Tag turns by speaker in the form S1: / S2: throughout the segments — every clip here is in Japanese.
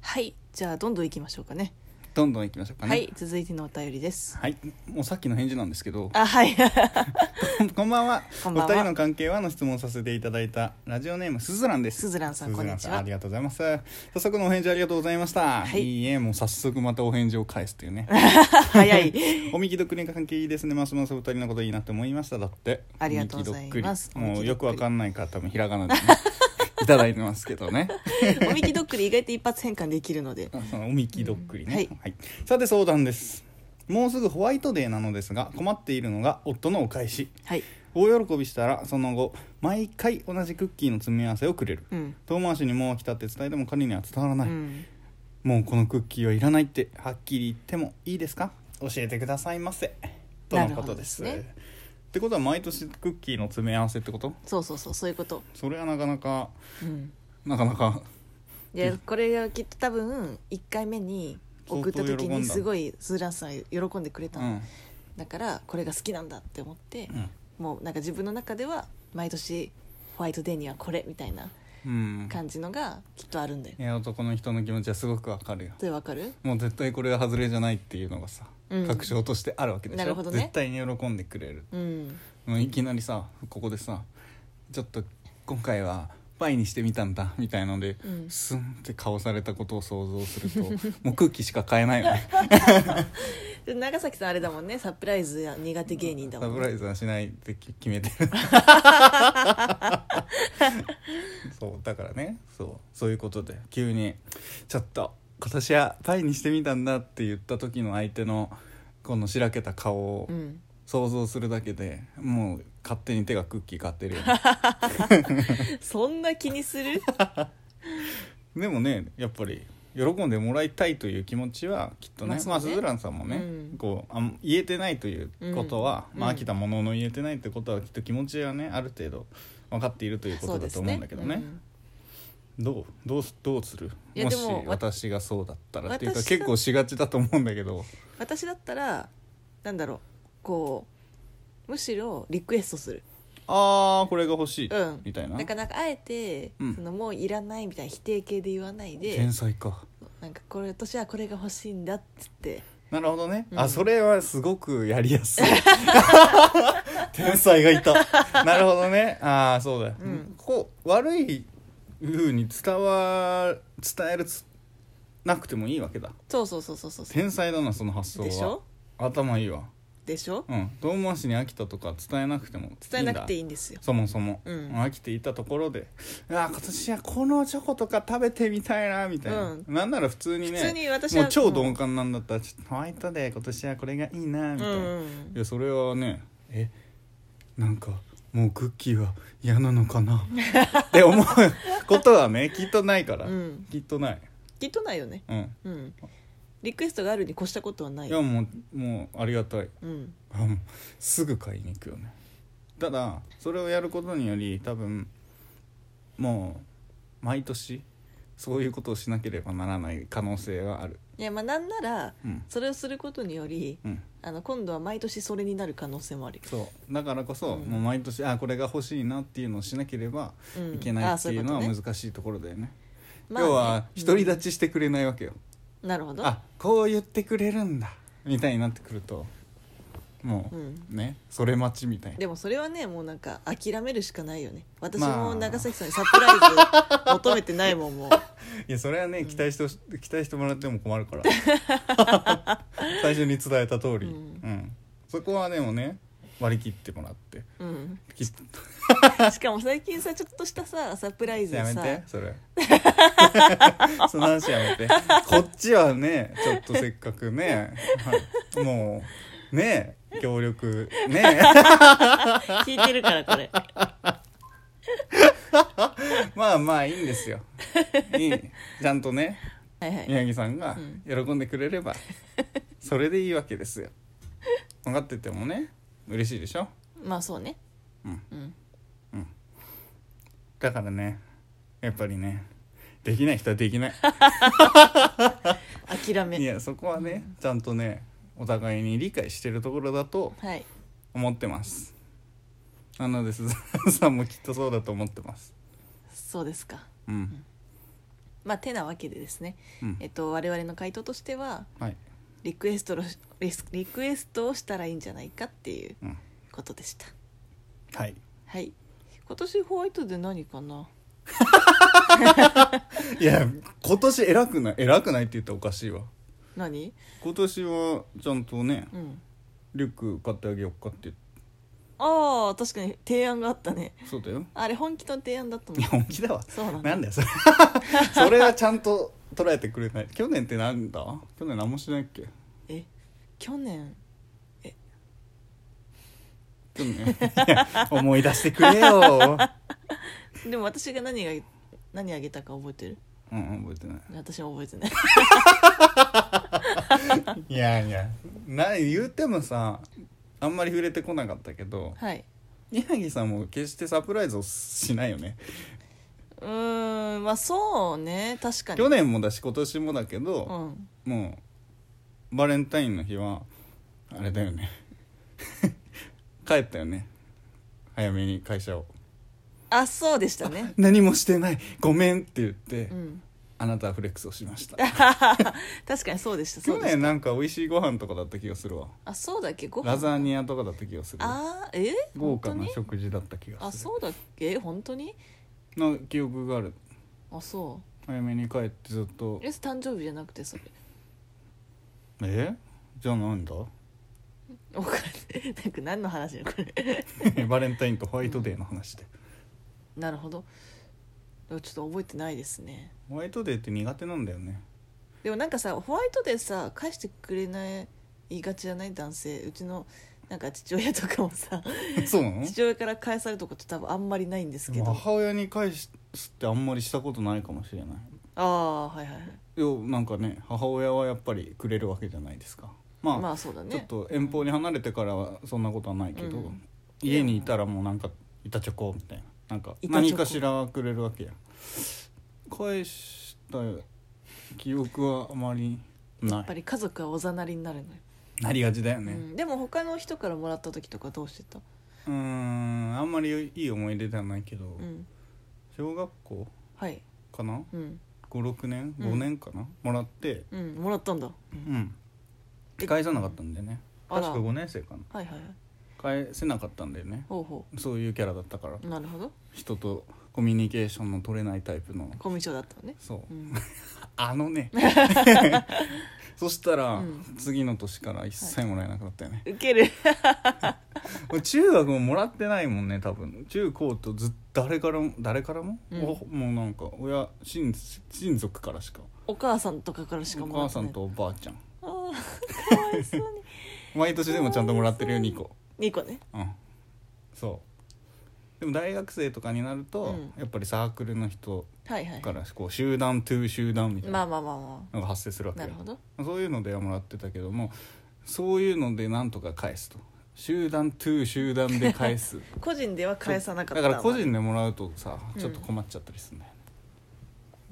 S1: はいじゃあどんどんいきましょうかね
S2: どんどんいきましょうかね
S1: はい続いてのお便りです
S2: はい、もうさっきの返事なんですけど
S1: あはい
S2: こんばんは
S1: こんばんは
S2: お二人の関係はの質問をさせていただいたラジオネームすずらんです
S1: すずらんさん
S2: すずら
S1: こんにちは
S2: ありがとうございます早速のお返事ありがとうございました、
S1: はい
S2: い、いえもう早速またお返事を返すというね
S1: 早い
S2: おみきどっくりの関係いいですねますますお二人のこといいなと思いましただって
S1: ありがとうございます
S2: おみきどっくりもうよくわかんないから多分ひらがなでねいただいてますけどね
S1: おみきどっくり意外と一発変換できるので
S2: あそのおみきどっくりね、
S1: うんはい
S2: はい、さて相談ですもうすぐホワイトデーなのですが困っているのが夫のお返し
S1: はい
S2: 大喜びしたらその後毎回同じクッキーの詰め合わせをくれる、
S1: うん
S2: 遠回しに「もう来た」って伝えても彼には伝わら
S1: う
S2: ない、
S1: ん
S2: もうこのクッキーはいらないってはっきり言ってもいいですか教えてくださいませとのことです
S1: なるほどで
S2: ってことは毎年クッキーの詰め合わせってこと
S1: そうそうそうそういうこと
S2: それはなかなか
S1: うん
S2: なかなか
S1: いやこれがきっと多分1回目に送った時にすごいすずらんさん喜んでくれた
S2: う
S1: の、
S2: ん
S1: だからこれが好きなんだって思って、
S2: うん
S1: もうなんか自分の中では毎年ホワイトデーにはこれみたいな
S2: うん
S1: 感じのがきっとあるんだよ
S2: いや男の人の気持ちはすごくわかるよ
S1: それわかる
S2: もう絶対これは外れじゃないっていうのが
S1: う
S2: さ、
S1: ん
S2: 確証としてあるわけでしょ
S1: なるほどね
S2: 絶対に喜んでくれる
S1: うん
S2: もういきなりさここでさちょっと今回はパイにしてみたんだみたいので、
S1: うん
S2: スンって顔されたことを想像すると もう空気しか買えないよね
S1: で長崎さんあれだもんねサプライズや苦手芸人だ
S2: サ
S1: もん、ね、
S2: プライズはしないってき決めて るそうだからねそうそういうことで急に「ちょっと今年はパイにしてみたんだ」って言った時の相手のこのしらけた顔を、
S1: うん
S2: 想像するだけでもう勝手に手がクッキー買ってるよ ね
S1: そんな気にする
S2: でもねやっぱり喜んでもらいたいという気持ちはきっとね,、
S1: ま
S2: ま
S1: あ
S2: あ
S1: そうね
S2: スズランさんもね、
S1: うん
S2: こうあん言えてないということは、
S1: うん
S2: まあ
S1: うん
S2: 飽きたものの言えてないってことはきっと気持ちはねある程度分かっているという
S1: そ
S2: こと
S1: う
S2: だ
S1: で
S2: と
S1: す
S2: 思う
S1: ね
S2: んだけどね
S1: うん
S2: どうどうすどうする
S1: いや
S2: もし
S1: でもわ
S2: 私がそうだったらっていうか
S1: 私だ
S2: 結構しがちだと思うんだけど
S1: 私だったらなんだろうこうむしろリクエストする
S2: ああこれが欲しい、
S1: うん
S2: みたいな
S1: だからなんかあえて、
S2: うん
S1: そのもういらないみたいな否定形で言わないで
S2: 天才か
S1: なんかこれ私はこれが欲しいんだっつって
S2: なるほどね、
S1: うん
S2: あそれはすごくやりや すい天才がいたなるほどねああそうだ、
S1: うん
S2: こう悪い風に伝わ伝えるつなくてもいいわけだ
S1: そうそうそうそうそうそう
S2: 天才だなその発想は
S1: でしょ
S2: 頭いいわ
S1: でしょ
S2: うん遠回しに飽きたとか伝えなくてもいいんだ
S1: 伝えなくていいんですよ
S2: そもそも、
S1: うん
S2: 飽きていたところで「ああ今年はこのチョコとか食べてみたいな」みたいな、
S1: うん
S2: なんなら普通にね
S1: 普通に私は
S2: もう超鈍感なんだったら「ちょっとホワイトデー今年はこれがいいな」みたいな、
S1: うん
S2: いやそれはねえなんかもうクッキーは嫌なのかな って思うことはねきっとないから、
S1: うん
S2: きっとない、
S1: きっとないよね
S2: うん、
S1: うんリクエストがあるに越したことはないい
S2: やもうもうありがたい
S1: うん
S2: あもうすぐ買いに行くよねただそれをやることにより多分もう毎年そういうことをしなければならない可能性はある
S1: いやまあなんなら
S2: うん
S1: それをすることにより
S2: うん
S1: あの今度は毎年それになる可能性もあるよ
S2: そうだからこそ、
S1: うん
S2: もう毎年あこれが欲しいなっていうのをしなければ
S1: うん
S2: いけない
S1: あ
S2: っていうのは
S1: そ
S2: 難
S1: こ
S2: しいところだよね,、
S1: とね
S2: 要は
S1: まあね
S2: 独り立ちしてくれないわけよ、
S1: うんなるほど
S2: あこう言ってくれるんだみたいになってくるともう、
S1: うん
S2: ねそれ待ちみたいな
S1: でもそれはねもうなんか諦めるしかないよね私
S2: ま
S1: も
S2: あ
S1: 長崎さんにサプライズ求めてないもんもう
S2: いやそれはね期待してほし期待してもらっても困るから 最初に伝えた通り、
S1: う
S2: うんんそこはでもね割り切ってもらって
S1: うん、
S2: きっ
S1: しかも最近さちょっとしたさサプライズ
S2: と
S1: で
S2: やめ
S1: さ
S2: てそれ その話やめ てこっちはねちょっとせっかくね、はいもうね協力 ね
S1: 聞いてるからこ れ
S2: まあまあいいんですよいいちゃんとね
S1: はいはい
S2: 宮城さんが喜んでくれれば、それでいいわけですよ分かっててもね嬉しいでしょ
S1: まあそうね
S2: うん
S1: うん
S2: だからねやっぱりねできない人はできない
S1: 諦め
S2: いやそこはねちゃんとねお互いに理解してるところだと
S1: はい
S2: 思ってますなので 鈴蘭さんもきっとそうだと思ってます
S1: そうですか
S2: うん
S1: まあ手なわけでですね、
S2: うん
S1: えっと、我々の回答としては
S2: はい、
S1: リクエストのリスリクエストをしたらいいんじゃないかっていう
S2: うん、
S1: ことでした
S2: はい
S1: はい今年ホワイトで何かない
S2: や今年偉くない偉くないって言ったらおかしいわ
S1: 何
S2: 今年はちゃんとね
S1: うん
S2: リュック買ってあげようかって
S1: ああ確かに提案があったね
S2: そうだよ
S1: あれ本気の提案だったの
S2: いや本気だわ
S1: そうなんだ
S2: なんだよそれ それはちゃんと捉えてくれない去年ってなんだ去年何もしないっけ
S1: え去年
S2: 去年いや 思い出してくれよ
S1: でも私が何が何あげたか覚えてる
S2: うんうん覚えてない
S1: 私も覚えてない
S2: いやいやな言うてもさあんまり触れてこなかったけど
S1: はい
S2: 宮城さんも決してサプライズをしないよね
S1: うーんまあそうね確かに
S2: 去年もだし今年もだけ
S1: う
S2: ど、
S1: ん
S2: もうバレンタインの日はあれだよね 帰ったよね早めに会社を
S1: あそうでしたね
S2: 何もしてないごめんって言って、
S1: うん
S2: あなたはフレックスをしました
S1: 確かにそうでしたそ
S2: 去
S1: うでし
S2: 年
S1: た
S2: なんか美味しいご飯とかだった気がするわ
S1: あそうだっけご
S2: ラザ
S1: 飯
S2: ニアとかだった気がする
S1: あーえ
S2: 豪華
S1: 本当
S2: な
S1: に
S2: 食事だった気が
S1: あ
S2: す
S1: そうだっけ本当に
S2: るの記憶がある
S1: あそ
S2: 早めに帰ってずっ
S1: う
S2: と
S1: え誕生日じゃなくてそれ
S2: えじゃあなんだ
S1: おかしい なんか何の話よこれ
S2: バレンタインとホワイトデーの話で、
S1: なるほどでもちょっと覚えてないですね
S2: ホワイトデーって苦手なんだよね
S1: でもなんかさホワイトでさ返してくれない言いがちじゃない男性うちのなんか父親とかもさ
S2: そうなの
S1: 父親から返されるとこって多分あんまりないんです
S2: で
S1: け
S2: も
S1: どあ
S2: 母親に返すってあんまりしたことないかもしれない
S1: あーはいはいはい
S2: でもなんかね母親はやっぱりくれるわけじゃないですかまあ、
S1: まあそうだね
S2: ちょっと遠方に離れてからはそんなことはないけど、
S1: うん
S2: 家にいたらもうなんか板チョコみたいななんか
S1: 板チョ
S2: 何
S1: コ
S2: かしらくれるわけや返した記憶はあまり
S1: や
S2: な
S1: っぱ
S2: い
S1: り家族はおざなりになるのよ、
S2: なりがちだよ
S1: う
S2: ね
S1: ん、でも他の人からもらった時とかどうしてた、
S2: うーんあんまりいい思い出ではないけど、
S1: うん、
S2: 小学校
S1: はい、
S2: かな
S1: うん
S2: 56年
S1: うん
S2: 5年かな、もらって
S1: うん、もらったんだ、うん
S2: うん
S1: え
S2: 返さなかったんだよね
S1: あら
S2: 確か5年生かな
S1: はいはいはい
S2: 返せなかったんだよね
S1: ほうほ
S2: そういうキャラだったから
S1: うなるほど
S2: 人とコミュニケーションの取れないタイプの
S1: コミュ障だったのね、
S2: そう
S1: うん、
S2: あの ねそしたら、
S1: うん
S2: 次の年から一切もらえなくなったよね、
S1: ウケる
S2: もう中学ももらってないもんね多分中高とずっと誰からも誰からも、
S1: うん
S2: おもうなんか親親親族からしか
S1: お母さんとかからしか
S2: お
S1: もらっ
S2: 母
S1: て
S2: さ
S1: ない
S2: んとおばあちゃん
S1: あーかわいそうに
S2: 毎年でもちゃんともらってるよ2個
S1: 2個ね
S2: うんそうでも大学生とかになると、
S1: うん
S2: やっぱりサークルの人
S1: はいはい
S2: からこう集団トゥー集団みたい
S1: まあ
S2: な
S1: まあまあま
S2: のが発生するわ
S1: あ
S2: け
S1: な
S2: よ
S1: るほど
S2: そういうのではもらってたけどもそういうのでなんとか返すと集団トゥー集団で 返す
S1: 個人では返さなかった
S2: だから個人でもらうとさ
S1: うん
S2: ちょっと困っちゃったりするんだよね、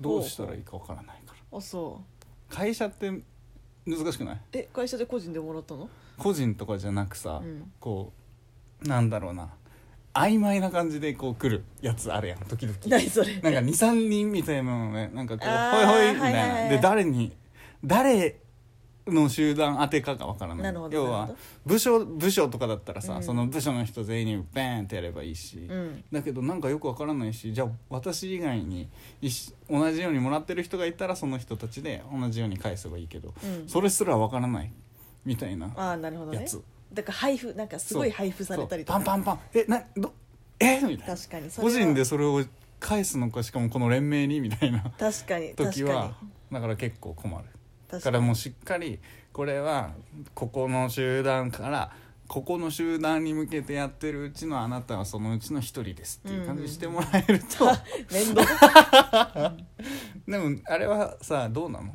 S2: どうしたらいいかわからないから
S1: あそう
S2: 会社って難しくない
S1: え会社で個人でもらったの
S2: 個人とかじゃなくさ、
S1: うん
S2: こうなんだろうな曖昧な感じでこう来るやつあるやん時々
S1: 何それ
S2: なんか23人みたいなのねなんかこう「
S1: あー
S2: ほいほい」みたいな、
S1: はいはいはい
S2: で誰に誰の集団当てかがわからない
S1: なるほど
S2: 要
S1: な
S2: は
S1: るほ
S2: 部署部署とかだったらさ、
S1: うん
S2: その部署の人全員にバーンってやればいいし、
S1: うん
S2: だけどなんかよくわからないしじゃあ私以外に一緒同じようにもらってる人がいたらその人たちで同じように返せばいいけど、
S1: うん
S2: それすらわからないみたいな
S1: ああなるほど
S2: や
S1: ね
S2: つ。
S1: だから配布なんかすごい配布されたりと
S2: そうパ
S1: か
S2: ンパンパンえなどえみたいな
S1: 確かにそれ
S2: 個
S1: は
S2: 人でそれを返すのかしかもこの連盟にみ たいな
S1: 確かに
S2: 時
S1: 確
S2: は
S1: か
S2: だから結構困るだ
S1: に
S2: か
S1: 確
S2: ら
S1: かに
S2: もうしっかりこれはここの集団からここの集団に向けてやってるうちのあなたはそのうちの一人ですっていう感じにしてもらえると、
S1: 面倒
S2: でもあれはさどうなの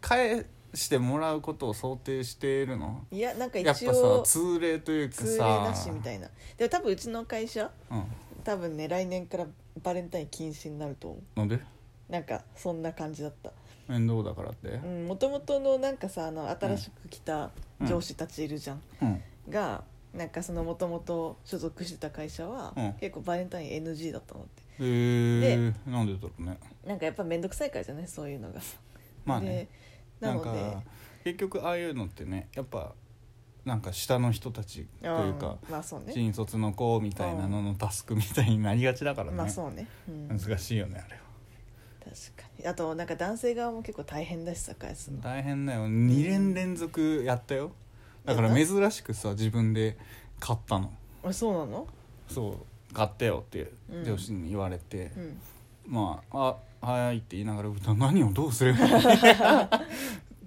S2: 返してもらうことを想定しているの
S1: いやなんか
S2: やっ
S1: 一
S2: ぱさ
S1: 応
S2: 通例というかさ
S1: 通例なしみたいなでも多分うちの会社
S2: うん、
S1: 多分ね来年からバレンタイン禁止になると思
S2: なんで
S1: うなんかそんな感じだった
S2: 面倒だからって
S1: もともとのなんかさあの新しく来た上司たちいるじゃん、
S2: うん
S1: がなんかそのもともと所属してた会社は、
S2: うん
S1: 結構バレンタイン NG だったのって
S2: へえなんでだろうね
S1: なんかやっぱ面倒くさいからじゃないそういうのがさ
S2: まあね
S1: でな
S2: なん
S1: ので
S2: か結局ああいうのってねやっぱなんか下の人たちというか、
S1: うんまあそうね
S2: 新卒の子みたいなののタスクみたいになりがちだからね、
S1: まあそうね、うん、確か
S2: 難しいよねあれは
S1: にあとなんか男性側も結構大変だしさ返すの
S2: 大変だよ2連連続やったよだから珍しくさ自分で買ったの
S1: あそうなの
S2: そう買ってよって
S1: うん
S2: 上司に言われて、
S1: うん
S2: まあ「あはい」って言いながら「何をどう すればいいのっ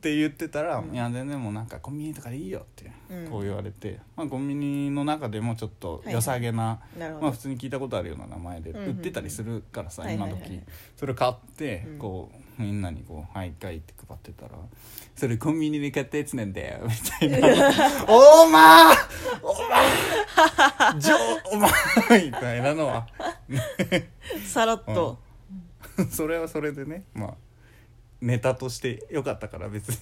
S2: て言ってたら「
S1: うん
S2: いや全然もうなんかコンビニとかでいいよ」って
S1: うん
S2: こう言われて、まあ、コンビニの中でもちょっと良さげな、
S1: なるほど、
S2: まあ、普通に聞いたことあるような名前で
S1: うんうん
S2: 売ってたりするからさ、
S1: はいはい
S2: 今
S1: はい
S2: 時、それを買って
S1: うん
S2: こうみんなにこう「はい」書いて配ってたら「それコンビニで買ったやつなんだよ」みたいな「おーまーおまーじょおまー」みたいなのは
S1: さらっと、
S2: それはそれでねまあネタとしてよかったから別に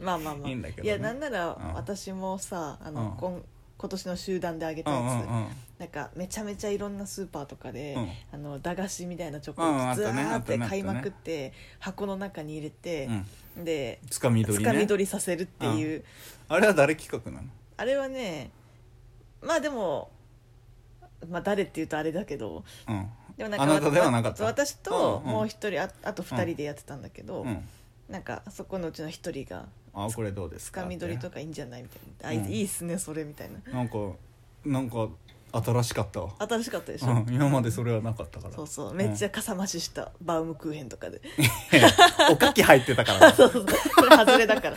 S1: まあまあまあ
S2: いいんだけどね
S1: いやなんなら
S2: うん
S1: 私もさ、あの
S2: うん
S1: こん今年の集団であげ
S2: う
S1: た
S2: んう
S1: やつ、
S2: んうん
S1: なんかめちゃめちゃいろんなスーパーとかで、
S2: うん
S1: あの駄菓子みたいなチョコ
S2: うんうん
S1: をずらー
S2: あ
S1: っ
S2: っ
S1: た
S2: ね
S1: て
S2: あったね
S1: 買いまくって、箱の中に入れて、で
S2: つかみ取
S1: つ
S2: り
S1: か
S2: ね
S1: み取りさせるっていう、
S2: あれは誰企画なの
S1: あれはねまあでも、まあ、誰っていうとあれだけど
S2: うん
S1: でも
S2: あなたではなかった
S1: わ私と
S2: うんうん
S1: もう一人、ああと二人でやってたんだけど、
S2: うん
S1: なんかそこのうちの一人が
S2: あこれどうで
S1: 「つ
S2: すか
S1: かみ取りと
S2: か
S1: かいいんじゃない?」みた
S2: う
S1: いな「
S2: ん
S1: あいいっすねそれ」みたいな
S2: なんかなんか新しかったわ
S1: 新しかったでしょ、
S2: うん、今までそれはなかったから
S1: そうそうめっちゃ
S2: ん
S1: かさ増ししたバウムクーヘンとかで
S2: おかき入ってたから
S1: そうそうそれ外れだ からっ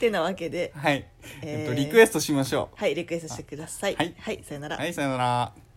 S1: てなわけで
S2: はい、えっと
S1: えー
S2: リクエストしましょ
S1: はいリクエストしてください
S2: はい
S1: さよな
S2: う
S1: ら
S2: はいさよなら